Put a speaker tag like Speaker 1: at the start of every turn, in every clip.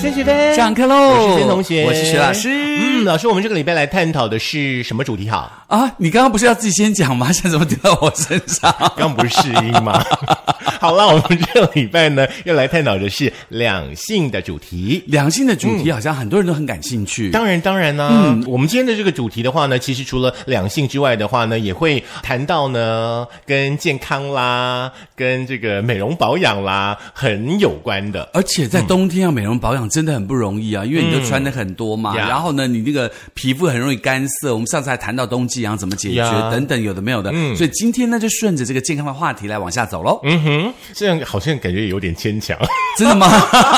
Speaker 1: 谢谢飞，
Speaker 2: 上课喽！
Speaker 1: 我是孙同学，
Speaker 2: 哦我是徐老师。
Speaker 1: 嗯，老师，我们这个礼拜来探讨的是什么主题好？
Speaker 2: 啊，你刚刚不是要自己先讲吗？现在怎么丢到我身 上？
Speaker 1: 刚不是试音吗？ 好了，我们这个礼拜呢，要来探讨的是两性的主题。
Speaker 2: 两性的主题好像很多人都很感兴趣。
Speaker 1: 当然，当然呢、啊
Speaker 2: 嗯
Speaker 1: 我们今天的这个主题的话呢，其实除了两性之外的话呢，也会谈到呢跟健康啦、跟这个美容保养啦很有关的。
Speaker 2: 而且在冬天要美容保养真的很不容易啊，因为你就穿的很多嘛，
Speaker 1: 呀
Speaker 2: 然后呢，你那个皮肤很容易干涩。我们上次还谈到冬季要怎么解决
Speaker 1: 呀
Speaker 2: 等等，有的没有的。所以今天呢，就顺着这个健康的话题来往下走喽。
Speaker 1: 嗯哼，这样好像感觉有点牵强。
Speaker 2: 真的吗？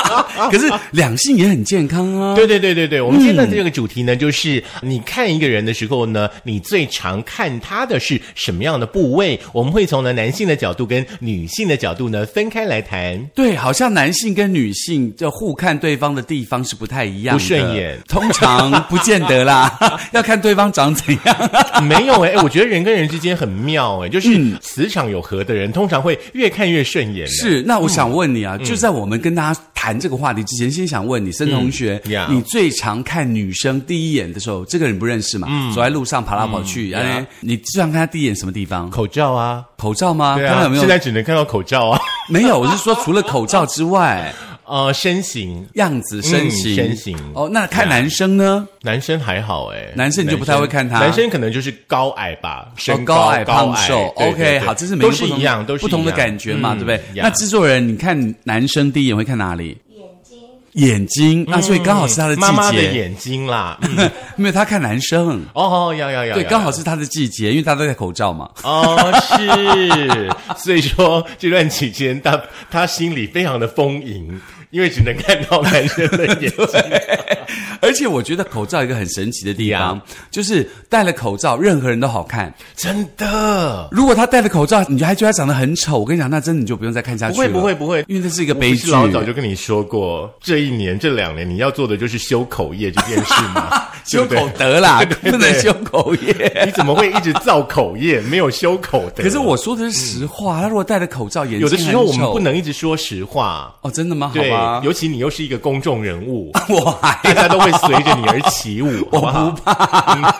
Speaker 2: 可是两性也很健康 啊。
Speaker 1: 对对对对对，我们今天的这个主题呢，就是你看一个人的时候呢，你最常看他的是什么样的部位？我们会从呢男性的角度跟女性的角度呢分开来谈。
Speaker 2: 对，好像男性跟女性就互看对方的地方是不太一样的，
Speaker 1: 不顺眼，
Speaker 2: 通常不见得 啦，要看对方长怎样。
Speaker 1: 没有哎、哎我觉得人跟人之间很妙哎、就是磁场有合的人，通常会越看越顺眼。。
Speaker 2: 嗯是，那我想问你啊，就在我们跟大家谈这个话题之前，先想问你，森同学，
Speaker 1: 嗯呀
Speaker 2: 你最常看女生第一眼的时候，这个人不认识嘛？走在路上跑来跑去，
Speaker 1: 嗯
Speaker 2: 哎、
Speaker 1: 呀
Speaker 2: 你最常看她第一眼什么地方？
Speaker 1: 口罩啊，
Speaker 2: 口罩吗？
Speaker 1: 对
Speaker 2: 看到
Speaker 1: 啊
Speaker 2: 有，没
Speaker 1: 现在
Speaker 2: 有？
Speaker 1: 只能看到口罩啊，
Speaker 2: 没有，我是说除了口罩之 外，
Speaker 1: 呃，身形，
Speaker 2: 样子、嗯身形、
Speaker 1: 身形
Speaker 2: 哦，那看男生呢？
Speaker 1: 男生还好哎，
Speaker 2: 男生你就不太会看他
Speaker 1: 男生可能就是高矮吧，身高、
Speaker 2: 哦矮胖瘦
Speaker 1: 对对
Speaker 2: ，OK，
Speaker 1: 对
Speaker 2: 好，这是每个
Speaker 1: 都
Speaker 2: 人
Speaker 1: 是
Speaker 2: 不同
Speaker 1: 一样，都是
Speaker 2: 不同的
Speaker 1: 一样
Speaker 2: 感觉嘛，对
Speaker 1: 嗯
Speaker 2: 不对？
Speaker 1: 呀
Speaker 2: 那制作人，你看男生第一眼会看哪里？
Speaker 3: 眼睛
Speaker 2: 眼睛，那所以嗯刚好是他的季节，
Speaker 1: 妈妈的眼睛啦。嗯
Speaker 2: 没有他看男 生，
Speaker 1: 哦，要要要，
Speaker 2: 对，
Speaker 1: 要
Speaker 2: 刚好是他的季节，因为大家都戴口罩嘛。
Speaker 1: 哦，是，所以说这段期间，他他心里非常的丰盈，因为只能看到男生的 眼睛。
Speaker 2: 而且我觉得口罩有一个很神奇的地 方，就是戴了口罩，任何人都好看。
Speaker 1: 真的，
Speaker 2: 如果他戴了口罩，你还觉得他长得很丑，我跟你讲，那真的你就不用再看下
Speaker 1: 不
Speaker 2: 去了。
Speaker 1: 会不会，不会。
Speaker 2: 因为这是一个
Speaker 1: 我
Speaker 2: 悲
Speaker 1: 不是
Speaker 2: 剧。，
Speaker 1: 老早就跟你说过，这一年这两年你要做的就是修口业这件事嘛
Speaker 2: 修
Speaker 1: 对
Speaker 2: 口
Speaker 1: 不对
Speaker 2: 德啦，
Speaker 1: 对对
Speaker 2: 不能修口业。
Speaker 1: 你怎么会一直造口业，没有修口德？
Speaker 2: 可是我说的是实话，他如果戴了口罩，眼睛
Speaker 1: 有的时候
Speaker 2: 很
Speaker 1: 我们
Speaker 2: 丑
Speaker 1: 不能一直说实话，
Speaker 2: 哦，真的吗？好
Speaker 1: 对
Speaker 2: 吧，，
Speaker 1: 尤其你又是一个公众人物，
Speaker 2: 我还
Speaker 1: 大家都会随着你而起舞， 好不好？嗯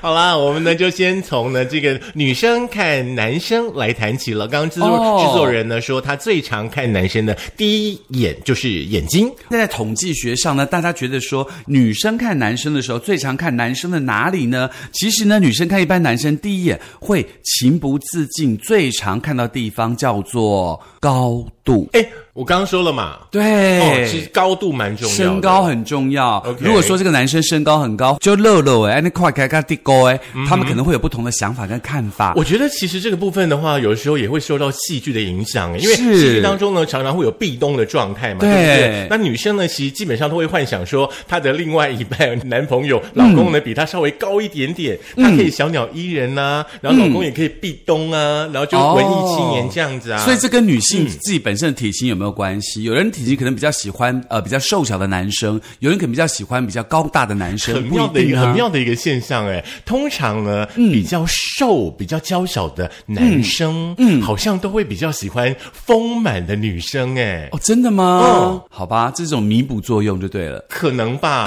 Speaker 1: 好啦，我们呢就先从呢这个女生看男生来谈起了。刚刚制作、
Speaker 2: 哦
Speaker 1: 制作人呢说，他最常看男生的第一眼就是眼睛。
Speaker 2: 那在统计学上呢，大家觉得说女生看男生的时候，最常看男生的哪里呢？其实呢，女生看一般男生第一眼会情不自禁，最常看到地方叫做高度。
Speaker 1: 哎，我刚刚说了嘛，
Speaker 2: 对。
Speaker 1: 哦，其实高度蛮重要的，
Speaker 2: 身高很重要。
Speaker 1: OK
Speaker 2: 如果说这个男生身高很高，就露露哎，那快开开地沟哎，他们可能会有不同的想法跟看法。
Speaker 1: 我觉得其实这个部分的话，有时候也会受到戏剧的影响，因为
Speaker 2: 是
Speaker 1: 戏剧当中呢，常常会有壁咚的状态嘛，
Speaker 2: 对
Speaker 1: 对不对？那女生呢，其实基本上都会幻想说，她的另外一半男朋友、老公
Speaker 2: 嗯
Speaker 1: 呢，比她稍微高一点点，她可以小鸟依人呐、
Speaker 2: 嗯
Speaker 1: 然后老公也可以壁咚啊，然后就文艺青年这样子啊。
Speaker 2: 哦所以这跟女性自己本身的体型有没有关系？有人体型可能比较喜欢呃比较瘦小的男生，有人可能比较喜欢比较高大的男生，
Speaker 1: 很妙的
Speaker 2: 不
Speaker 1: 一
Speaker 2: 一
Speaker 1: 个、
Speaker 2: 定啊嗯
Speaker 1: 很。妙的一个现象哎，通常呢，比较瘦、比较娇小的男生，嗯，好像都会比较喜欢丰满的女生哎。
Speaker 2: 哦，真的吗？
Speaker 1: 嗯
Speaker 2: 好吧，这种弥补作用就对了。
Speaker 1: 可能吧，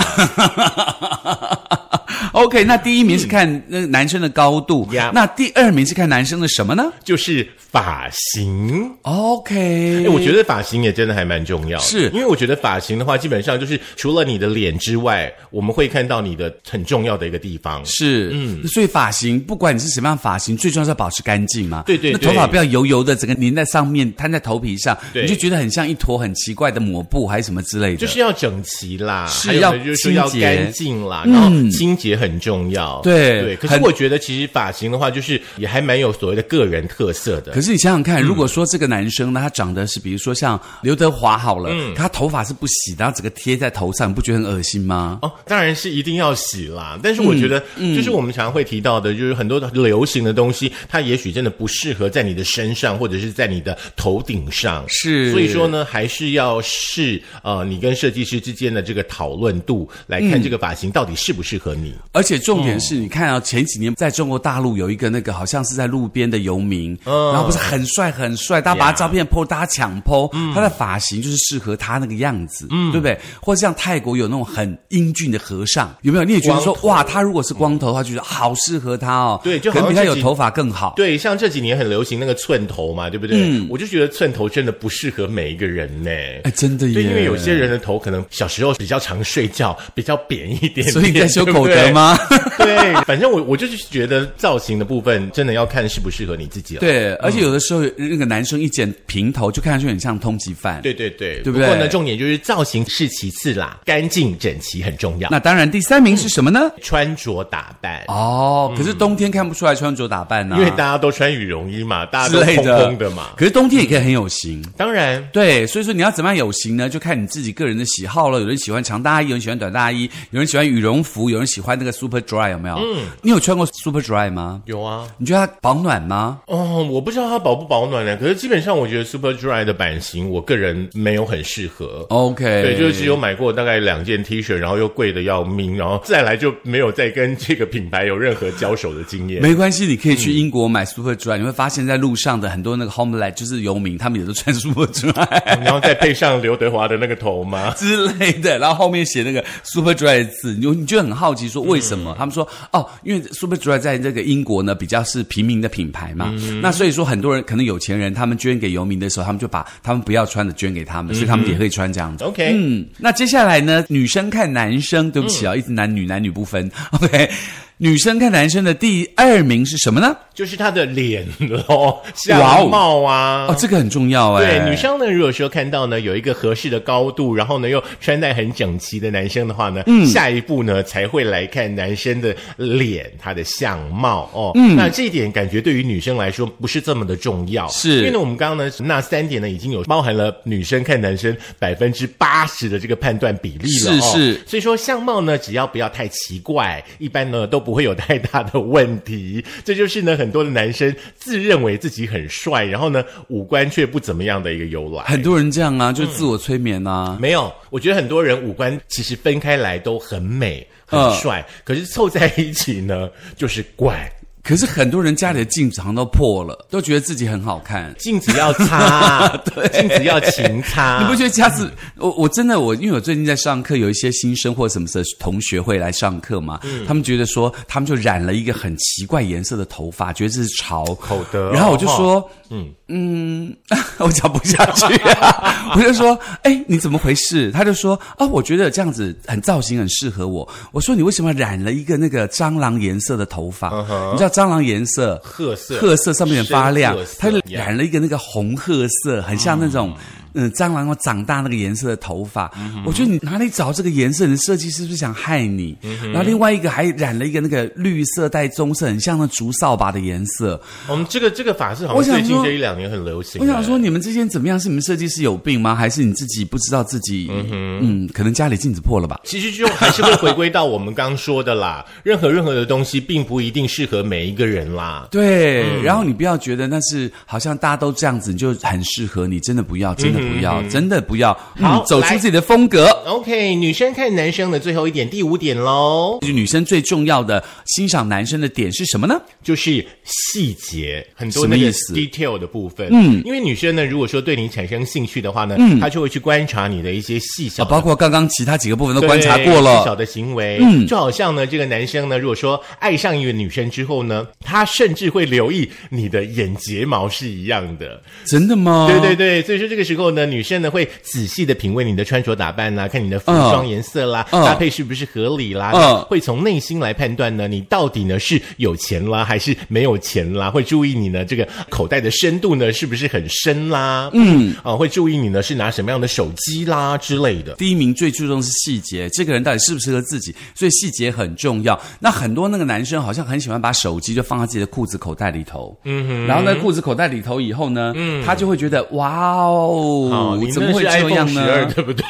Speaker 2: OK，那第一名是看那男生的高度，
Speaker 1: Yeah
Speaker 2: 那第二名是看男生的什么呢
Speaker 1: 就是发型。
Speaker 2: ？OK，
Speaker 1: 哎，我觉得发型也真的还蛮重要
Speaker 2: 嗯
Speaker 1: 的，
Speaker 2: 是
Speaker 1: 因为我觉得发型的话，基本上就是除了你的脸之外，我们会看到你的很重要的一个地方。
Speaker 2: 是，嗯，所以发型不管你是什么样的发型，最重要是要保持干净嘛。
Speaker 1: 对对
Speaker 2: 那
Speaker 1: 对
Speaker 2: 头发不要油油的，整个粘在上面，摊在头皮上，
Speaker 1: 对
Speaker 2: 你就觉得很像一坨很奇怪的抹布还是什么之类的。
Speaker 1: 就是要整齐啦，
Speaker 2: 是
Speaker 1: 还有
Speaker 2: 要
Speaker 1: 呢就是说要
Speaker 2: 清洁嗯
Speaker 1: 干净啦，然后清洁很重要。
Speaker 2: 对
Speaker 1: 对，可是
Speaker 2: 很
Speaker 1: 我觉得其实发型的话，就是也还蛮有所谓的个人特色的
Speaker 2: 可。是你想想
Speaker 1: 嗯
Speaker 2: 看，如果说这个男生呢，他长得是比如说像刘德华好了，
Speaker 1: 嗯
Speaker 2: 他头发是不洗的，然后整个贴在头上，你不觉得很恶心吗？
Speaker 1: 哦，当然是一定要洗啦。但是我觉得，
Speaker 2: 嗯
Speaker 1: 就是我们常常会提到的，就是很多的流行的东西，它也许真的不适合在你的身上，或者是在你的头顶上。
Speaker 2: 是
Speaker 1: 所以说呢，还是要试呃，你跟设计师之间的这个讨论度，来看这个发型到底适不适合你。
Speaker 2: 而且重点
Speaker 1: 嗯
Speaker 2: 是，你看啊，前几年在中国大陆有
Speaker 1: 嗯
Speaker 2: 一个那个好像是在路边的游民，然后不是很帅很帅，大家把他照片 po，大家抢剖，
Speaker 1: 嗯
Speaker 2: 他的发型就是适合他那个样子，嗯，对不对？或像泰国有那种很英俊的和尚，有没有？你也觉得说哇，他如果是光头的话，就觉得好适合他哦，
Speaker 1: 对就好
Speaker 2: 可
Speaker 1: 像
Speaker 2: 能比他
Speaker 1: 自
Speaker 2: 有
Speaker 1: 己
Speaker 2: 头发更好。
Speaker 1: 对，像这几年很流行那个寸头嘛，对不对？我就觉得寸头真的不适合每一个人呢。
Speaker 2: 哎，真的耶！
Speaker 1: 对，因为有些人的头可能小时候比较常睡觉，比较扁一点 点
Speaker 2: 所以你在修
Speaker 1: 对不
Speaker 2: 口
Speaker 1: 对
Speaker 2: 德 吗？
Speaker 1: 对，反正我我就是觉得造型的部分真的要看适不适合你自己了。
Speaker 2: 对，而且有的时候那个男生一剪平头，就看上去很像通缉犯。。
Speaker 1: 对对对，
Speaker 2: 对不
Speaker 1: 不过
Speaker 2: 对
Speaker 1: 呢，重点就是造型是其次啦，干净整齐很重要。
Speaker 2: 那当然，第三名是什么呢？
Speaker 1: 穿着打扮。
Speaker 2: 哦，可是冬天看不出来穿着打扮呢、啊，
Speaker 1: 嗯因为大家都穿羽绒衣嘛，大家
Speaker 2: 之
Speaker 1: 都
Speaker 2: 类
Speaker 1: 蓬
Speaker 2: 的
Speaker 1: 蓬的嘛。
Speaker 2: 可是冬天也可以很有型。
Speaker 1: 当然，
Speaker 2: 对，所以说你要怎么样有型呢？就看你自己个人的喜好了。有人喜欢长大衣，有人喜欢短大衣，有人喜欢羽绒服，有人喜欢那个 Super Dry，有没有？嗯，你有穿过 Super Dry 吗？
Speaker 1: 有啊。
Speaker 2: 你觉得它保暖吗？
Speaker 1: 哦，我不知道它保不保暖呢，可是基本上我觉得 Super Dry 的版型，我个人没有很适合。
Speaker 2: OK，
Speaker 1: 对，就是只有买过大概两件 T 恤，然后又贵的要命，然后再来就没有再跟这个品牌有任何交手的经验。
Speaker 2: 没关系，你可以
Speaker 1: 嗯
Speaker 2: 去英国买 Super Dry，、你会发现在路上的很多那个 homeless 就是游民，他们也都穿 Super Dry
Speaker 1: 然后再配上刘德华的那个头吗？
Speaker 2: 之类的，然后后面写那个 Super Dry 的字，你就你就很好奇说为什
Speaker 1: 嗯
Speaker 2: 么？他们说哦，因为 Super Dry 在这个英国呢比较是平民的品牌嘛，
Speaker 1: 嗯
Speaker 2: 那所以说很多人可能有钱人他们捐给游民的时候，他们就把他们不要穿的捐给
Speaker 1: 嗯
Speaker 2: 他们，所以他们也会穿这样子。
Speaker 1: OK
Speaker 2: 嗯，那接下来呢，女生看男生，对不
Speaker 1: 嗯
Speaker 2: 起啊、一直男女男女不分，OK。女生看男生的第二名是什么呢？
Speaker 1: 就是他的脸咯，
Speaker 2: 哇哦
Speaker 1: 相貌啊。
Speaker 2: 哦，这个很重要哎。
Speaker 1: 对，女生呢，如果说看到呢有一个合适的高度，然后呢又穿戴很整齐的男生的话呢，
Speaker 2: 嗯
Speaker 1: 下一步呢才会来看男生的呃脸，他的相貌哦。
Speaker 2: 嗯
Speaker 1: 那这一点感觉对于女生来说不是这么的重要，
Speaker 2: 是
Speaker 1: 因为呢我们刚刚呢那三点呢已经有包含了女生看男生百分之八十的这个判断比例了、哦，
Speaker 2: 是是
Speaker 1: 所以说相貌呢，只要不要太奇怪，一般呢都不会有太大的问题。这就是呢很多的男生自认为自己很帅，然后呢五官却不怎么样的一个由 来。
Speaker 2: 很多人这样啊，
Speaker 1: 嗯
Speaker 2: 就自我催眠啊。
Speaker 1: 没有，我觉得很多人五官其实分开来都很美、很
Speaker 2: 嗯
Speaker 1: 帅，可是凑在一起呢就是怪。
Speaker 2: 可是很多人家里的镜子好像都破了，都觉得自己很好看。
Speaker 1: 镜子要 擦，镜子要勤擦。
Speaker 2: 你不觉得家子？我我真的我，因为我最近在上课，有一些新生或什么的同学会来上课嘛，他们觉得说他们就染了一个很奇怪颜色的头发，觉得这是潮
Speaker 1: 口德
Speaker 2: 然后我就说，嗯
Speaker 1: 嗯
Speaker 2: 嗯， 我讲不下去、啊，我就说，哎，你怎么回事？他就说，啊，我觉得这样子很造型很适合我。我说你为什么染了一个那个蟑螂颜色的头发？你知道蟑螂颜色
Speaker 1: 嗯褐色
Speaker 2: 褐色上面很发亮
Speaker 1: 深褐，色
Speaker 2: 它就
Speaker 1: yeah
Speaker 2: 染了一个那个红褐色，很像那种。嗯，蟑螂长大那个颜色的头发，
Speaker 1: 嗯
Speaker 2: 我觉得你哪里找这个颜色？你的设计师是不是想害你？
Speaker 1: 嗯
Speaker 2: 然后另外一个还染了一个那个绿色带棕色，很像那竹扫把的颜色。
Speaker 1: 我们这个这个发饰好
Speaker 2: 我
Speaker 1: 像
Speaker 2: 想
Speaker 1: 最近
Speaker 2: 说
Speaker 1: 这一两年很流行。
Speaker 2: 我想说，你们之间怎么样？是你们设计师有病吗？还是你自己不知道自己？嗯可能家里镜子破了吧？
Speaker 1: 其实就还是会回归到我们刚说的啦， 任何任何的东西并不一定适合每一个人啦。
Speaker 2: 对，嗯然后你不要觉得那是好像大家都这样子，你就很适合你，真的不要，真的不
Speaker 1: 嗯
Speaker 2: 要，真的不要，嗯
Speaker 1: 好
Speaker 2: 走出
Speaker 1: 来
Speaker 2: 自己的风格。
Speaker 1: OK，女生看男生的最后一点，第五点喽，
Speaker 2: 女生最重要的欣赏男生的点是什么呢？
Speaker 1: 就是细节，很多
Speaker 2: 什么
Speaker 1: 那
Speaker 2: 意
Speaker 1: 个
Speaker 2: 思
Speaker 1: detail 的部分。嗯，因为女生呢，如果说对你产生兴趣的话呢，嗯，她就会去观察你的一些细小
Speaker 2: 啊，
Speaker 1: 的
Speaker 2: 包括刚刚其他几个部分都
Speaker 1: 对
Speaker 2: 观察过
Speaker 1: 细
Speaker 2: 了嗯
Speaker 1: 小。的行为，就好像呢，这个男生呢，如果说爱上一个女生之后呢，他甚至会留意你的眼睫毛是一样的。
Speaker 2: 真的吗？
Speaker 1: 对对对，所以说这个时候呢，女生呢会仔细的品味你的穿着打扮啦，啊看你的服装颜色啦，
Speaker 2: 嗯
Speaker 1: 搭配是不是合理啦，
Speaker 2: 嗯
Speaker 1: 会从内心来判断呢，你到底呢是有钱啦还是没有钱啦，会注意你呢这个口袋的深度呢是不是很深啦，嗯，啊、会注意你呢是拿什么样的手机啦之类的。
Speaker 2: 第一名最注重是细节，这个人到底适不适合自己，所以细节很重要。那很多那个男生好像很喜欢把手机就放在自己的裤子口袋里头，嗯哼，然后呢，裤子口袋里头以后呢，嗯，他就会觉得哇哦
Speaker 1: 哦，你，
Speaker 2: 怎么
Speaker 1: 那
Speaker 2: 会
Speaker 1: 是
Speaker 2: 这
Speaker 1: iPhone
Speaker 2: 样
Speaker 1: 十
Speaker 2: 呢
Speaker 1: 二？对不对？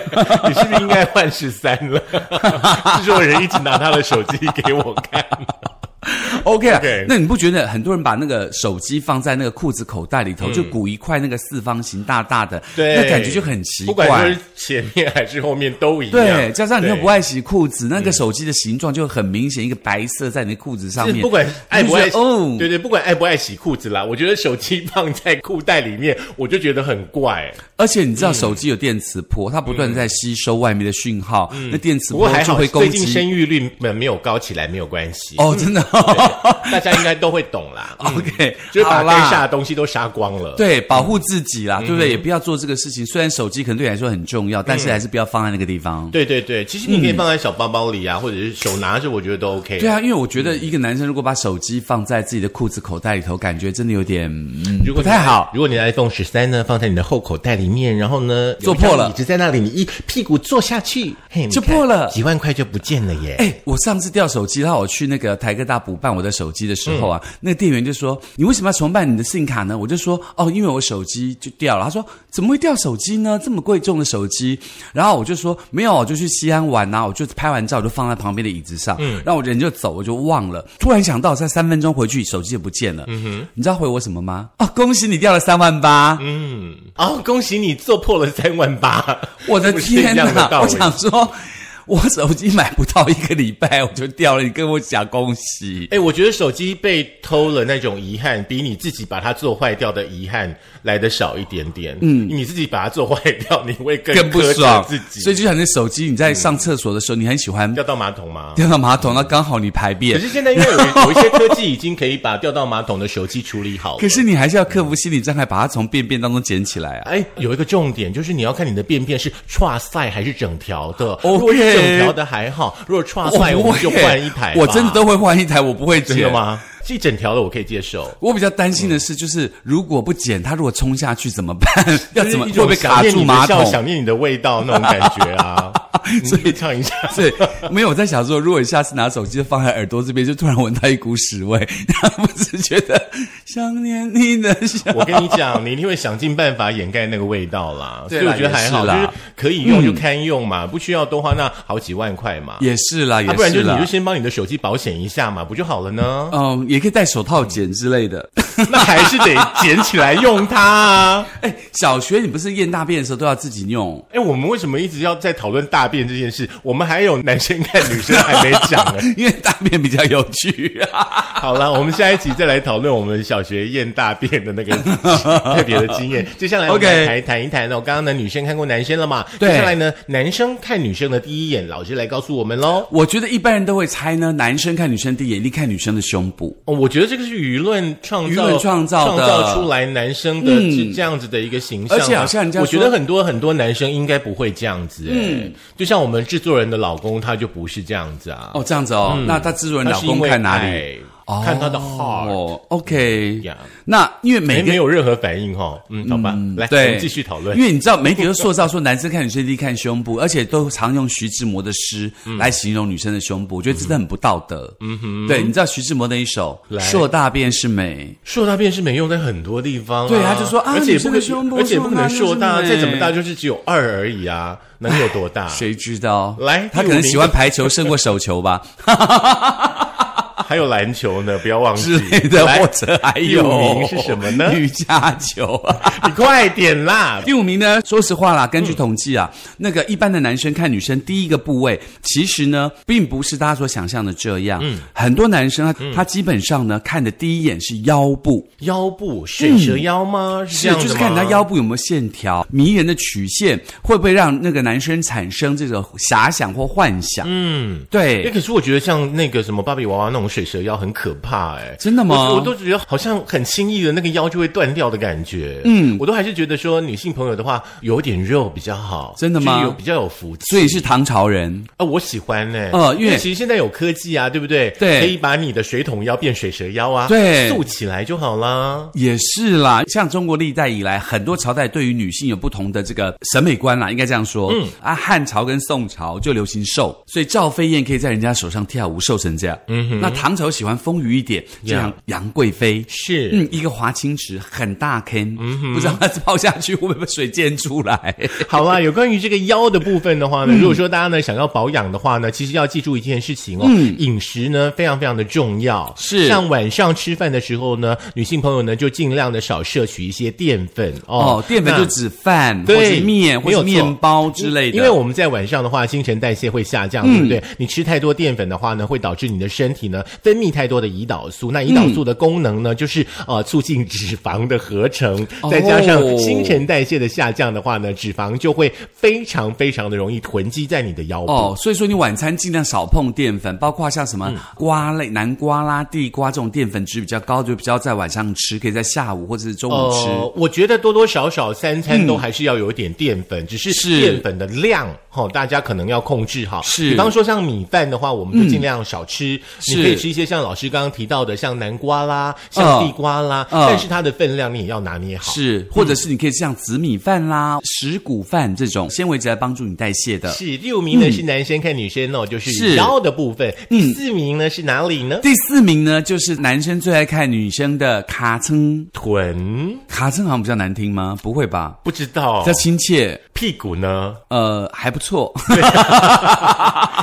Speaker 1: 你是不是应该换 十三了？制作人一直拿他的手机给我看。
Speaker 2: OK 了
Speaker 1: OK。
Speaker 2: 那你不觉得很多人把那个手机放在那个裤子口袋里头，就鼓一块那个四方形大大的，
Speaker 1: 嗯对，
Speaker 2: 那感觉就很奇
Speaker 1: 不
Speaker 2: 怪。
Speaker 1: 管是前面还是后面都一样。
Speaker 2: 对，加上你又
Speaker 1: 对
Speaker 2: 不爱洗裤子，那个手机的形状就很明显，一个白色在你的裤子上
Speaker 1: 就是
Speaker 2: 面。
Speaker 1: 不管爱不爱
Speaker 2: 你就觉得哦
Speaker 1: 对对，不管爱不爱洗裤子啦，我觉得手机放在裤袋里面，我就觉得很怪。
Speaker 2: 而且你知道手机有电磁波，它不断地在吸收外面的讯号，那电磁
Speaker 1: 嗯不过
Speaker 2: 波
Speaker 1: 还
Speaker 2: 就
Speaker 1: 好，
Speaker 2: 会
Speaker 1: 最
Speaker 2: 攻
Speaker 1: 近
Speaker 2: 击。
Speaker 1: 生育率没没有高起来，没有关系。
Speaker 2: 哦，真 的、
Speaker 1: 大家应该都会懂啦。嗯
Speaker 2: OK，
Speaker 1: 就是把嗯
Speaker 2: 好
Speaker 1: 该
Speaker 2: 啦
Speaker 1: 杀的东西都杀光了。
Speaker 2: 对，保护自己啦，对不对？也不要做这个事情。虽然手机可能对你来说很重要，但是还是不要放在那个地方。
Speaker 1: 对对对，其实你可以放在小包包里啊，或者是手拿着，我觉得都 OK。
Speaker 2: 对啊，因为我觉得一个男生如果把手机放在自己的裤子口袋里头，感觉真的有点、嗯、
Speaker 1: 如果
Speaker 2: 不
Speaker 1: 你
Speaker 2: 太好。
Speaker 1: 如果你的 iPhone 十三呢放在你的后口袋里面，然后呢
Speaker 2: 坐破了
Speaker 1: 有一张椅子在那里，你一屁股坐下去，嘿，你
Speaker 2: 就
Speaker 1: 看
Speaker 2: 破了
Speaker 1: 几万块就不见了耶。
Speaker 2: 哎、我上次掉手机，然后我去那个台科大补办我的手机的时候啊，
Speaker 1: 嗯
Speaker 2: 那个店员就说：“你为什么要重办你的 SIM 卡呢？”我就说：“哦，因为我手机就掉了。”他说：“怎么会掉手机呢？这么贵重的手机。”然后我就说：“没有，我啊就去西安玩啊呐、我就拍完照我就放在旁边的椅子上，嗯，然后我人就走，我就忘了。突然想到，在三分钟回去，手机就不见了。嗯哼，你知道回我什么吗？啊，恭喜你掉了三万八！
Speaker 1: 嗯，哦，恭喜你做破了三万八！
Speaker 2: 我的
Speaker 1: 是不是
Speaker 2: 天
Speaker 1: 一样的
Speaker 2: 哪！
Speaker 1: 道
Speaker 2: 我
Speaker 1: 理
Speaker 2: 想说。”我手机买不到一个礼拜，我就掉了。你跟我讲恭喜，
Speaker 1: 哎、我觉得手机被偷了那种遗憾，比你自己把它做坏掉的遗憾来的少一点点。嗯，你自己把它做坏掉，你会 更
Speaker 2: 更不
Speaker 1: 苛责
Speaker 2: 爽
Speaker 1: 自己。
Speaker 2: 所以就像你手机，你在上厕所的时候，你很喜欢
Speaker 1: 掉到马桶 吗？
Speaker 2: 掉到马桶，那刚好你排
Speaker 1: 可
Speaker 2: 便。
Speaker 1: 是现在因为有有一些科技已经可以把掉到马桶的手机处理好了。
Speaker 2: 可是你还是要克服心理障碍，把它从便便当中捡起来啊！
Speaker 1: 哎，有一个重点就是你要看你的便便是串塞还是整条的。
Speaker 2: OK
Speaker 1: 如果是整条的还好，如果串塞
Speaker 2: 不
Speaker 1: 我们
Speaker 2: 会
Speaker 1: 就换一台吧。
Speaker 2: 哦我真的都会换一台，我不会
Speaker 1: 真的
Speaker 2: 捡？
Speaker 1: 吗？这一整条的我可以接受。
Speaker 2: 我比较担心的是，就是如果不捡，它如果冲下去怎么 办？要
Speaker 1: 就是
Speaker 2: 怎么
Speaker 1: 一
Speaker 2: 会
Speaker 1: 种
Speaker 2: 不会
Speaker 1: 想
Speaker 2: 卡
Speaker 1: 念
Speaker 2: 住
Speaker 1: 你
Speaker 2: 马
Speaker 1: 的
Speaker 2: 桶
Speaker 1: 笑，？想念你的味道那种感觉啊。 所以唱一下，
Speaker 2: 对，没有我在想说，如果你下次拿手机放在耳朵这边，就突然闻到一股屎味，然后不是觉得想念你的笑。
Speaker 1: 我跟你讲，你一定会想尽办法掩盖那个味道啦。嗯所
Speaker 2: 对
Speaker 1: 以我
Speaker 2: 啦
Speaker 1: 觉得还好，
Speaker 2: 也
Speaker 1: 就是
Speaker 2: 啦
Speaker 1: 是可以用就堪用嘛，不需要多花那好几万块嘛。
Speaker 2: 也是啦，也
Speaker 1: 啊、不然就是你
Speaker 2: 啦
Speaker 1: 就。先帮你的手机保险一下嘛，不就好了呢？
Speaker 2: 嗯，也可以戴手套剪之类的。
Speaker 1: 那还是得捡起来用它啊。
Speaker 2: 哎，小学你不是验大便的时候都要自己用？
Speaker 1: 哎，我们为什么一直要在讨论大便这件事？我们还有男生看女生还没讲啊呢。
Speaker 2: 因为大便比较有趣 啊。
Speaker 1: 好了，我们下一集再来讨论我们小学验大便的那 个特别的经验。接下来我们
Speaker 2: OK
Speaker 1: 来谈一谈哦，刚刚呢女生看过男生了嘛？
Speaker 2: 对
Speaker 1: 接下来呢男生看女生的第一眼，老师来告诉我们喽。
Speaker 2: 我觉得一般人都会猜呢，男生看女生第一眼，一定看女生的胸部。
Speaker 1: 哦，我觉得这个是舆论创造、
Speaker 2: 舆论创造的嗯
Speaker 1: 创造出来男生的这这样子的一个形象嘛。啊
Speaker 2: 而且好像人家
Speaker 1: 我觉
Speaker 2: 说
Speaker 1: 得很多很多男生应该不会这样子、嗯，就像我们制作人的老公，他就不是这样子啊。
Speaker 2: 哦，这样子哦，那他制作人老公看哪
Speaker 1: 他是因
Speaker 2: 里？
Speaker 1: 为爱？看他的 heart。
Speaker 2: 哦，OK，
Speaker 1: Yeah
Speaker 2: 那因为每
Speaker 1: 没
Speaker 2: 个
Speaker 1: 哎没有任何反应哈，嗯，好吧，来，我
Speaker 2: 对
Speaker 1: 们继续讨论
Speaker 2: 因。为你知道媒体都塑造说男生看女生第一看胸 部，而且都常用徐志摩的诗
Speaker 1: 嗯
Speaker 2: 来形容女生的胸部，我觉得真的很不道德。嗯哼，对，你知道徐志摩那一首
Speaker 1: 来
Speaker 2: 《硕大便是美》。
Speaker 1: 硕大便是没用在很多地方、啊，
Speaker 2: 对他就说啊
Speaker 1: 而且也
Speaker 2: 女
Speaker 1: 不
Speaker 2: 生
Speaker 1: 可
Speaker 2: 的胸部
Speaker 1: 而且也不可能
Speaker 2: 硕
Speaker 1: 硕
Speaker 2: 大
Speaker 1: 大，
Speaker 2: 就是
Speaker 1: 再
Speaker 2: 美
Speaker 1: 怎么大就是只有二而已啊，能有多大？
Speaker 2: 谁知道？
Speaker 1: 来
Speaker 2: 他
Speaker 1: 第
Speaker 2: 可
Speaker 1: 五
Speaker 2: 能
Speaker 1: 名
Speaker 2: 喜欢排球胜过手球 吧
Speaker 1: 还有篮球呢，不要忘记
Speaker 2: 之类的，
Speaker 1: 来
Speaker 2: 或者还有
Speaker 1: 第五名是什么呢
Speaker 2: 瑜伽球啊。
Speaker 1: 你快点啦！
Speaker 2: 第五名呢，说实话啦，根据统计啊，那个一般的男生看女生第一个部位，其实呢，并不是大家所想象的这样。嗯，很多男生他、他基本上呢，看的第一眼是腰部，
Speaker 1: 腰部水蛇腰吗？是这
Speaker 2: 嗯是
Speaker 1: 样
Speaker 2: 就是
Speaker 1: 的
Speaker 2: 看
Speaker 1: 吗
Speaker 2: 他腰部有没有线条，迷人的曲线会不会让那个男生产生这种遐想或幻想？
Speaker 1: 嗯。
Speaker 2: 对
Speaker 1: 哎，，可是我觉得像那个什么芭比娃娃那种水蛇腰很可怕哎、
Speaker 2: 真的吗
Speaker 1: 我我都觉得好像很轻易的那个腰就会断掉的感觉。嗯，我都还是觉得说女性朋友的话有点肉比较好。
Speaker 2: 真的吗
Speaker 1: 就是有比较有福气。
Speaker 2: 所以是唐朝人。
Speaker 1: 啊，我喜欢呢、
Speaker 2: 呃因为
Speaker 1: 其实现在有科技啊，对不对？
Speaker 2: 对
Speaker 1: 可以把你的水桶腰变水蛇腰啊，
Speaker 2: 对
Speaker 1: 塑起来就好啦。
Speaker 2: 也是啦，像中国历代以来，很多朝代对于女性有不同的这个审美观啦，应该这样说。嗯啊，汉朝跟宋朝就流行瘦，所以赵飞燕可以在人家手上跳舞瘦成这样。嗯哼，那唐唐朝喜欢丰腴一点，就像
Speaker 1: Yeah
Speaker 2: 杨贵妃。
Speaker 1: 是
Speaker 2: 嗯，一个华清池很大坑，不知道它泡下去会不会水溅出来。
Speaker 1: 好啦，有关于这个腰的部分的话呢，
Speaker 2: 嗯
Speaker 1: 如果说大家呢想要保养的话呢，其实要记住一件事情哦，饮食呢非常非常的重要。
Speaker 2: 嗯是
Speaker 1: 像晚上吃饭的时候呢，女性朋友呢就尽量的少摄取一些淀粉哦
Speaker 2: 哦，，淀粉
Speaker 1: 那
Speaker 2: 就指饭或
Speaker 1: 对
Speaker 2: 是面或
Speaker 1: 没有
Speaker 2: 是
Speaker 1: 错
Speaker 2: 面包之类的，嗯
Speaker 1: 因为我们在晚上的话，新陈代谢会下降，对不对？你吃太多淀粉的话呢，会导致你的身体呢分泌太多的胰岛素。那胰岛素的功能呢，就是呃促进脂肪的合成，
Speaker 2: 哦
Speaker 1: 再加上新陈代谢的下降的话呢，脂肪就会非常非常的容易囤积在你的腰部。
Speaker 2: 哦，所以说你晚餐尽量少碰淀粉，包括像什
Speaker 1: 嗯
Speaker 2: 么瓜类、南瓜啦、地瓜这种淀粉值比较高，就比较在晚上吃，可以在下午或者是中午吃。
Speaker 1: 呃，我觉得多多少少三餐都还是要有一点淀粉，只嗯是
Speaker 2: 是
Speaker 1: 淀粉的量哈、哦，大家可能要控制好。
Speaker 2: 是
Speaker 1: 比方说像米饭的话，我们就尽量少吃。
Speaker 2: 是
Speaker 1: 你可以吃一些像老师刚刚提到的，像南瓜啦，像地瓜啦，
Speaker 2: 嗯
Speaker 1: 但是它的分量你也要拿捏好。
Speaker 2: 是，或者是你可以像紫米饭啦、石谷饭这种纤维质来帮助你代谢的。
Speaker 1: 是第五名呢是男生看女生哦，嗯就是嗯
Speaker 2: 是
Speaker 1: 腰的部分。第四名呢是哪里呢？
Speaker 2: 第四名呢，就是男生最爱看女生的卡称，
Speaker 1: 臀，
Speaker 2: 卡称好像比较难听吗？不会吧，
Speaker 1: 不知道
Speaker 2: 比较亲切，
Speaker 1: 屁股呢？
Speaker 2: 呃，还不错。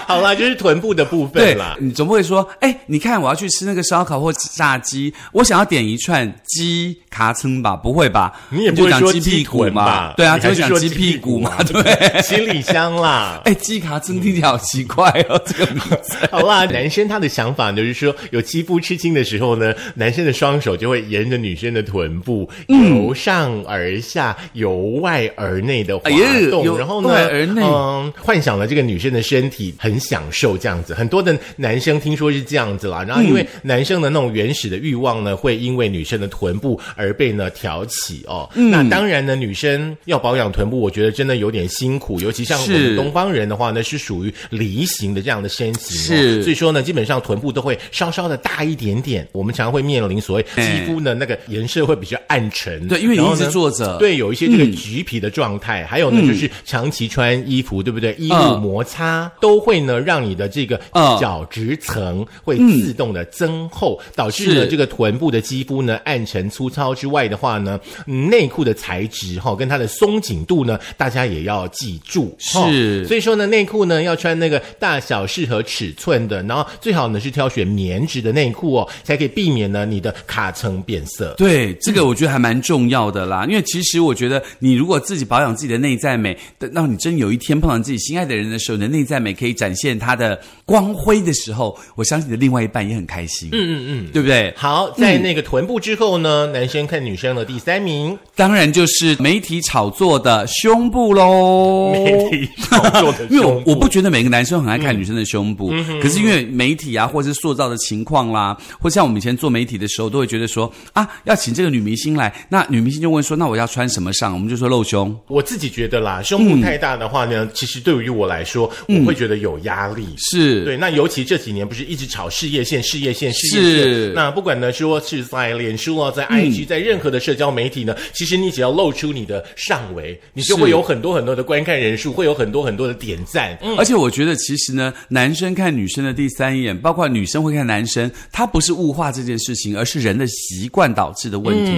Speaker 1: 好啦，就是臀部的部
Speaker 2: 对
Speaker 1: 分啦。
Speaker 2: 你总不会说，哎，你看我要去吃那个烧烤或炸鸡，我想要点一串鸡卡称吧？不会吧？
Speaker 1: 你也不会
Speaker 2: 就讲
Speaker 1: 说
Speaker 2: 鸡
Speaker 1: 鸡
Speaker 2: 屁股
Speaker 1: 臀
Speaker 2: 嘛
Speaker 1: 吧？？
Speaker 2: 对啊，
Speaker 1: 你
Speaker 2: 就
Speaker 1: 还
Speaker 2: 会
Speaker 1: 是
Speaker 2: 讲
Speaker 1: 说
Speaker 2: 鸡屁股嘛？对。
Speaker 1: 行李箱 啦。
Speaker 2: 哎，鸡卡称听起来好奇怪哦，这个名字。
Speaker 1: 好啦，男生他的想法呢，就是说，有肌肤吃青的时候呢，男生的双手就会沿着女生的臀部、由上而下、由外而内的滑
Speaker 2: 哎呀
Speaker 1: 动，
Speaker 2: 由
Speaker 1: 然后呢，
Speaker 2: 外而内
Speaker 1: 嗯，幻想了这个女生的身体很享受这样子。很多的男生听说是这样子啦，然后
Speaker 2: 嗯
Speaker 1: 因为男生的那种原始的欲望呢，会因为女生的臀部而被呢挑起哦。
Speaker 2: 嗯
Speaker 1: 那当然呢，女生要保养臀部，我觉得真的有点辛苦，尤其像我
Speaker 2: 是
Speaker 1: 们东方人的话呢，是属于梨形的这样的身形、哦，
Speaker 2: 是
Speaker 1: 所以说呢，基本上臀部都会稍稍的大一点点。我们常常会面临所谓肌肤呢那个颜色会比较暗沉，
Speaker 2: 哎对因为你
Speaker 1: 然后
Speaker 2: 一直
Speaker 1: 呢
Speaker 2: 坐着
Speaker 1: 对，有一些这
Speaker 2: 嗯
Speaker 1: 个橘皮的状态，还有呢就是长期穿衣服，对不对？衣物
Speaker 2: 嗯
Speaker 1: 摩擦都会呢让你的这个
Speaker 2: 嗯
Speaker 1: 角质层会自动的增厚，导致呢
Speaker 2: 是
Speaker 1: 这个臀部的肌肤呢暗沉粗糙之外的话呢，嗯内裤的材质哈、跟它的松紧度呢，大家也要记住。哈
Speaker 2: 是
Speaker 1: 所以说呢，内裤呢要穿那个大小适合尺寸的，然后最好呢是挑选棉质的内裤哦，才可以避免呢你的卡层变色。
Speaker 2: 对，这个我觉得还蛮重要的啦，因为其实我觉得你如果自己保养自己的内在美，等到你真有一天碰到自己心爱的人的时候，你的内在美可以展现它的光辉的时候，我相信你的另外一半也很开心。嗯嗯嗯，对不对？
Speaker 1: 好，在那个臀部之后呢，
Speaker 2: 嗯
Speaker 1: 男生看女生的第三名，
Speaker 2: 当然就是媒体炒作的胸部喽。
Speaker 1: 炒作 的
Speaker 2: 因为哦我我不觉得每个男生很爱看女生的胸部，可是因为媒体啊，或者是塑造的情况啦，或像我们以前做媒体的时候，都会觉得说啊，要请这个女明星来，那女明星就问说，那我要穿什么上？我们就说露胸。
Speaker 1: 我自己觉得啦，胸部太大的话呢，其实对于我来说，我会觉得有压力。
Speaker 2: 嗯是，
Speaker 1: 对，那尤其这几年不是一直炒事业线、事业线、事业
Speaker 2: 是嗯
Speaker 1: 线。那不管呢，说是在脸书啊，在 IG，、在任何的社交媒体呢，其实你只要露出你的上围，你就是会有很多很多的观看人数，会有很多很多的点赞。嗯，
Speaker 2: 而且我觉得，其实呢，男生看女生的第三眼，包括女生会看男生，它不是物化这件事情，而是人的习惯导致的问题。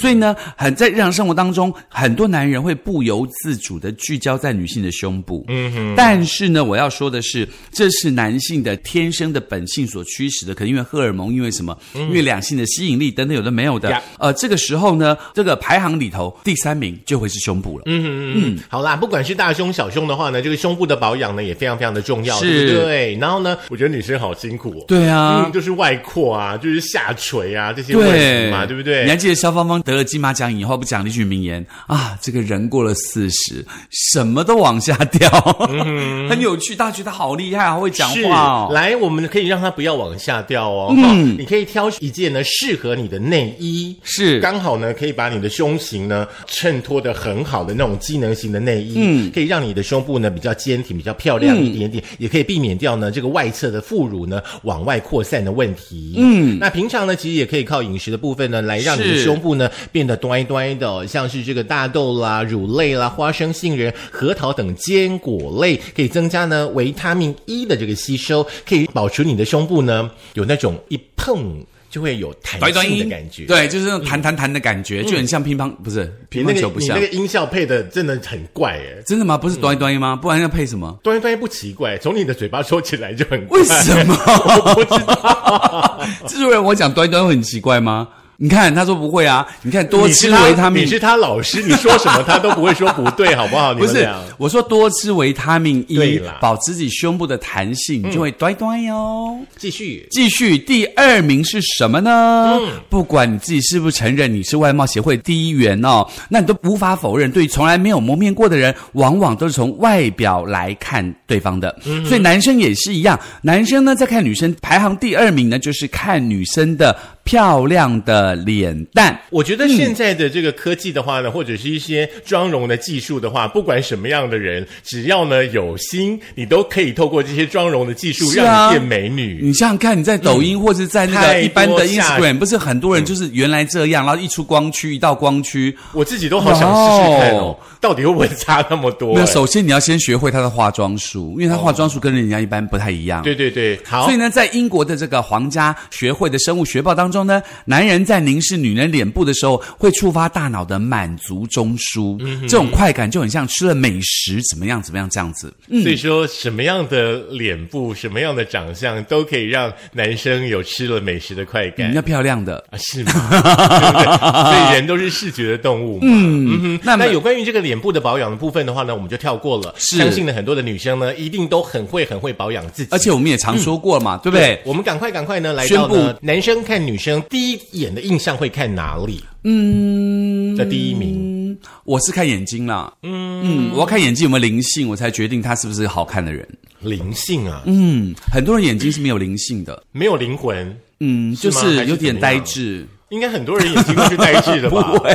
Speaker 2: 所以呢，很在日常生活当中，很多男人会不由自主的聚焦在女性的胸部。嗯哼。但是呢，我要说的是，这是男性的天生的本性所驱使的，可能因为荷尔蒙，因为什么，因为两性的吸引力等等，有的没有的
Speaker 1: 呀。
Speaker 2: 呃，这个时候呢，这个排行里头第三名就会是胸部了。嗯，
Speaker 1: 嗯，好啦，不管是大胸小胸的话呢，这个胸部的保养呢也非常非常的重要，
Speaker 2: 是
Speaker 1: 对不对？然后呢，我觉得女生好辛苦、哦。
Speaker 2: 对啊。
Speaker 1: 嗯，就是外扩啊，就是下垂啊这些问题嘛，对不对？
Speaker 2: 你还记得肖芳芳得了金马奖以后不讲了一句名言啊？这个人过了四十，什么都往下掉，
Speaker 1: 嗯
Speaker 2: 很有趣。大家觉得好厉害，好会讲
Speaker 1: 是，
Speaker 2: 话哦。
Speaker 1: 来，我们可以让它不要往下掉哦。哈你可以挑一件呢适合你的内衣，
Speaker 2: 是
Speaker 1: 刚好呢可以把你的胸型呢衬托的很好的那种机能型的内衣，嗯，可以让你的胸部呢比较坚挺、比较漂亮一点点，也可以避免掉呢这个外侧的副乳呢往外扩散的问题。嗯，那平常呢其实也可以靠饮食的部分呢来让你的
Speaker 2: 是
Speaker 1: 胸部呢变得端一端的哦、像是这个大豆啦、乳类啦、花生、杏仁、核桃等坚果类，可以增加呢维他命 E 的这个吸收，可以保持你的胸部呢有那种一碰。就会有弹性的感觉，
Speaker 2: 对，就是那种弹弹弹的感觉，就很像乒乓，不是乒
Speaker 1: 那
Speaker 2: 乓球，
Speaker 1: 个
Speaker 2: 不
Speaker 1: 你
Speaker 2: 像
Speaker 1: 那个。音效配的真的很怪哎，
Speaker 2: 真的吗？不是端一端一
Speaker 1: 嗯
Speaker 2: 吗？不然要配什么？
Speaker 1: 端一端一不奇怪，从你的嘴巴说起来就很怪。
Speaker 2: 为什么？
Speaker 1: 我不知道。
Speaker 2: 制作人，我讲端一端会很奇怪吗？你看，他说不会啊。你看，多
Speaker 1: 你
Speaker 2: 吃
Speaker 1: 是他
Speaker 2: 维他命
Speaker 1: 你是他老师，你说什么他都不会说不对，好不好？你
Speaker 2: 不
Speaker 1: 们
Speaker 2: 是
Speaker 1: 俩。，
Speaker 2: 我说多吃维他命
Speaker 1: 对
Speaker 2: E，
Speaker 1: 啦嗯
Speaker 2: 保持自己胸部的弹性，你就会端一端哟。
Speaker 1: 继续。
Speaker 2: 继续，第二名是什么呢？
Speaker 1: 嗯
Speaker 2: 不管你自己是不是承认你是外貌协会第一员哦，那你都无法否认，对于从来没有磨面过的人，往往都是从外表来看对方的。
Speaker 1: 嗯
Speaker 2: 所以男生也是一样，男生呢在看女生排行第二名呢，就是看女生的漂亮的脸蛋。
Speaker 1: 我觉得现在的这个科技的话
Speaker 2: 嗯
Speaker 1: 呢，或者是一些妆容的技术的话，不管什么样的人，只要呢有心，你都可以透过这些妆容的技术
Speaker 2: 是啊
Speaker 1: 让你变美女。
Speaker 2: 你想想看，你在抖音或者在那
Speaker 1: 嗯太
Speaker 2: 个一般
Speaker 1: 多
Speaker 2: 的
Speaker 1: 下嗯
Speaker 2: Instagram，不是很多人就是原来这样，然后一出光区，一到光区，
Speaker 1: 我自己都好想试试看哦
Speaker 2: 哇哦，
Speaker 1: 到底会不会差那么多、
Speaker 2: 没有，
Speaker 1: 哎
Speaker 2: 首先你要先学会她的化妆术，因为她化妆术跟人家一般不太一样。
Speaker 1: 哦对对对，好
Speaker 2: 所以。呢，在英国的这个皇家学会的生物学报当中呢，男人在凝视女人脸部的时候，会触发大脑的满足中枢，
Speaker 1: 嗯
Speaker 2: 这种快感就很像吃了美食，怎么样怎么样这样子。
Speaker 1: 所以说，什么样的脸部、什么样的长相，都可以让男生有吃了美食的快感
Speaker 2: 嗯，要漂亮的，
Speaker 1: 啊，是吗？ 对不对？所以人都是视觉的动物嘛。嗯，
Speaker 2: 那
Speaker 1: 那
Speaker 2: 么
Speaker 1: 那有关于这个脸部的保养的部分的话呢，我们就跳过了。
Speaker 2: 是
Speaker 1: 相信呢，很多的女生呢，一定都很会很会保养自己，
Speaker 2: 而且我们也
Speaker 1: 嗯
Speaker 2: 常说过嘛，对不对？
Speaker 1: 我们赶快赶快呢，来到
Speaker 2: 宣
Speaker 1: 呢，男生看女生第一眼的印象会看哪里？嗯，的第一名，
Speaker 2: 我是看眼睛啦，嗯嗯，我要看眼睛有没有灵性，我才决定他是不是好看的人。
Speaker 1: 灵性啊，
Speaker 2: 嗯，很多人眼睛是没有灵性的，
Speaker 1: 没有灵魂。
Speaker 2: 嗯，
Speaker 1: 是
Speaker 2: 就
Speaker 1: 吗还
Speaker 2: 是
Speaker 1: 是
Speaker 2: 有点
Speaker 1: 怎么
Speaker 2: 呆
Speaker 1: 样
Speaker 2: 滞。
Speaker 1: 应该很多人眼睛都是呆滞的 吧？
Speaker 2: 会，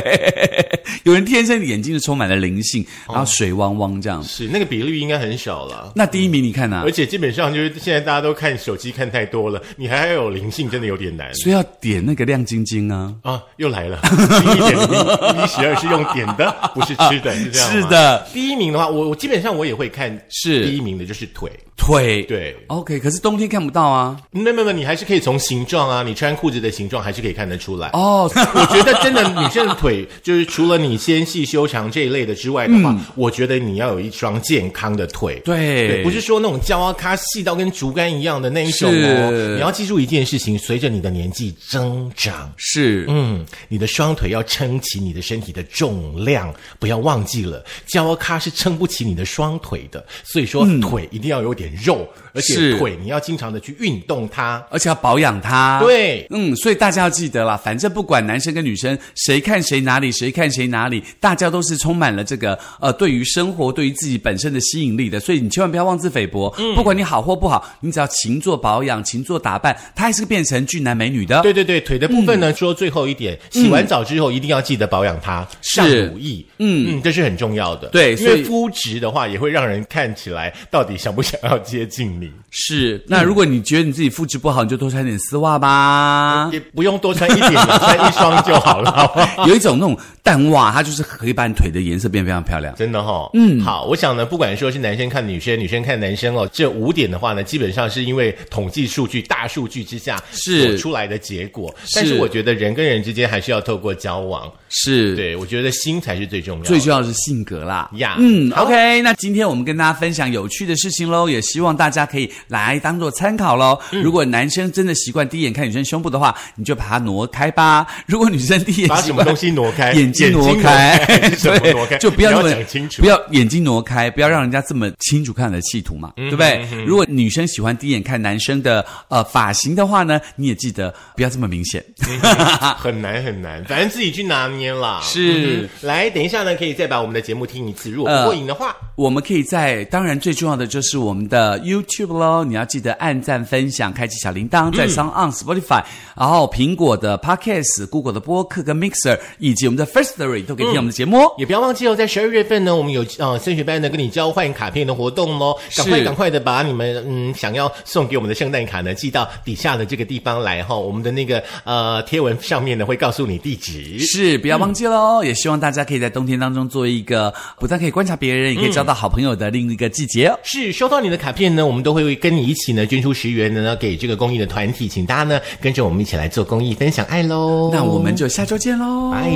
Speaker 2: 有人天生眼睛就充满了灵性，
Speaker 1: 哦
Speaker 2: 然后水汪汪这样。
Speaker 1: 是那个比率应该很少了。
Speaker 2: 那第一名你看啊
Speaker 1: 而，且基本上就是现在大家都看手机看太多了，你还要有灵性，真的有点难。
Speaker 2: 所以要点那个亮晶晶啊。
Speaker 1: 啊，又来了，零一点零一十二是用点的，不是吃的，是这样吗
Speaker 2: 是，的，
Speaker 1: 第一名的话，我我基本上我也会看，
Speaker 2: 是
Speaker 1: 第一名的就是腿，
Speaker 2: 腿。
Speaker 1: 对。
Speaker 2: OK，可是冬天看不到啊。
Speaker 1: 那么你还是可以从形状啊，你穿裤子的形状还是可以看得出来。
Speaker 2: 哦，
Speaker 1: 我觉得真的，女生的腿就是除了你纤细修长这一类的之外的话，
Speaker 2: 嗯
Speaker 1: 我觉得你要有一双健康的腿。
Speaker 2: 对，
Speaker 1: 不是说那种胶啊咖细到跟竹竿一样的那一种哦
Speaker 2: 是。
Speaker 1: 你要记住一件事情，随着你的年纪增长，
Speaker 2: 是，
Speaker 1: 嗯，你的双腿要撑起你的身体的重量，不要忘记了，胶咖是撑不起你的双腿的，所以说
Speaker 2: 嗯
Speaker 1: 腿一定要有点肉，而且
Speaker 2: 是
Speaker 1: 腿你要经常的去运动它。
Speaker 2: 而且要保养它。。
Speaker 1: 对，
Speaker 2: 嗯，所以大家要记得啦，反正不管男生跟女生，谁看谁哪里，谁看谁哪里，大家都是充满了这个呃，对于生活、对于自己本身的吸引力的。所以你千万不要妄自菲薄，不管你好或不好，你只要勤做保养、勤做打扮，它还是变成俊男美女的。
Speaker 1: 对对对，腿的部分
Speaker 2: 嗯
Speaker 1: 呢，说最后一点，洗完澡之后一定要记得保养它，上乳液，嗯嗯，这是很重要的。
Speaker 2: 对
Speaker 1: 因
Speaker 2: 所
Speaker 1: 为
Speaker 2: 以
Speaker 1: 肤质的话，也会让人看起来到底想不想要接近你，
Speaker 2: 是。那如果你觉得你自己肤质不好，你就多穿点丝袜吧。
Speaker 1: 也不用多穿一点了，穿一双就好了，好 不好？
Speaker 2: 有一种那种淡袜，它就是可以把你腿的颜色变得非常漂亮。
Speaker 1: 真的哈、嗯，好，我想呢，不管说是男生看女生，女生看男生哦，这五点的话呢，基本上是因为统计数据、大数据之下
Speaker 2: 是
Speaker 1: 所出来的结果。
Speaker 2: 是
Speaker 1: 但是我觉得人跟人之间还是要透过交往，
Speaker 2: 是。
Speaker 1: 对我觉得心才是最重要的。
Speaker 2: 最重要的是性格啦。
Speaker 1: 呀
Speaker 2: 嗯
Speaker 1: 好
Speaker 2: ，OK，那今天我们跟大家分享有趣的事情喽，也希望大家可以来当做参考喽。
Speaker 1: 嗯
Speaker 2: 如果男生真的习惯第一眼看女生胸部的话，你就把它挪开吧；如果女生第一眼
Speaker 1: 把
Speaker 2: 习
Speaker 1: 什么
Speaker 2: 惯
Speaker 1: 东西挪开？
Speaker 2: 眼睛挪开，
Speaker 1: 眼睛挪开是 什么挪开？
Speaker 2: 就不要那
Speaker 1: 你
Speaker 2: 么
Speaker 1: 讲清楚。
Speaker 2: 不要眼睛挪开，不要让人家这么清楚看你的企图嘛，对
Speaker 1: 嗯
Speaker 2: 不对？如果女生喜欢第一眼看男生的呃发型的话呢，你也记得不要这么明显。
Speaker 1: 嗯很难很难，反正自己去拿捏啦。
Speaker 2: 是
Speaker 1: 嗯哼来，等一下呢，可以再把我们的节目听一次。如果
Speaker 2: 呃
Speaker 1: 不过瘾的话，
Speaker 2: 我们可以在，当然最重要的就是我们的 YouTube 喽，你要记得按赞、分享、开启小铃
Speaker 1: 嗯
Speaker 2: 铛，在 s o n On、Spotify，然后苹果的 Podcast、Google 的播客跟 Mixer，以及我们的 First Story 都可以听我
Speaker 1: 嗯
Speaker 2: 们的节目哦。
Speaker 1: 也不要忘记哦，在十二月份呢，我们有呃升学班呢跟你交换卡片的活动喽，赶快
Speaker 2: 是
Speaker 1: 赶快的把你们嗯想要送给我们的圣诞卡呢寄到底下的这个地方来哈、我们的那个呃贴文上面呢会告诉你地址。
Speaker 2: 是，不不要忘记喽。也希望大家可以在冬天当中做一个不但可以观察别人，也可以交到好朋友的另一个季节哦。
Speaker 1: 是收到你的卡片呢，我们都会跟你一起呢捐出十元呢给这个公益的团体，请大家呢跟着我们一起来做公益，分享爱喽。
Speaker 2: 那我们就下周见喽，
Speaker 1: 拜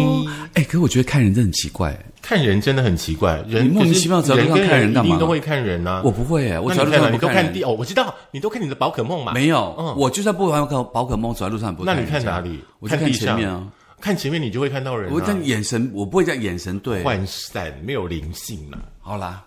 Speaker 2: 哎，可我觉得看人真的很奇怪，
Speaker 1: 看人真的很奇怪，人
Speaker 2: 你莫名其妙走
Speaker 1: 人
Speaker 2: 路上
Speaker 1: 跟
Speaker 2: 看
Speaker 1: 人
Speaker 2: 人干
Speaker 1: 一定
Speaker 2: 嘛
Speaker 1: 都会看人啊。
Speaker 2: 我不会耶，我
Speaker 1: 那
Speaker 2: 走
Speaker 1: 你
Speaker 2: 在路
Speaker 1: 看哪
Speaker 2: 上
Speaker 1: 你
Speaker 2: 不
Speaker 1: 都
Speaker 2: 看
Speaker 1: 看
Speaker 2: 人
Speaker 1: 地。哦，我知道，你都看你的宝可梦嘛？
Speaker 2: 没有，
Speaker 1: 嗯
Speaker 2: 我就算不玩宝宝可梦，走在路上也不会
Speaker 1: 那你
Speaker 2: 人
Speaker 1: 看
Speaker 2: 家
Speaker 1: 哪里？
Speaker 2: 我就
Speaker 1: 看
Speaker 2: 看
Speaker 1: 地
Speaker 2: 前
Speaker 1: 上
Speaker 2: 面啊。
Speaker 1: 看前面你就会看到人、啊。
Speaker 2: 我这样眼神，我不会这样眼神对。
Speaker 1: 涣散，没有灵性了、
Speaker 2: 好啦。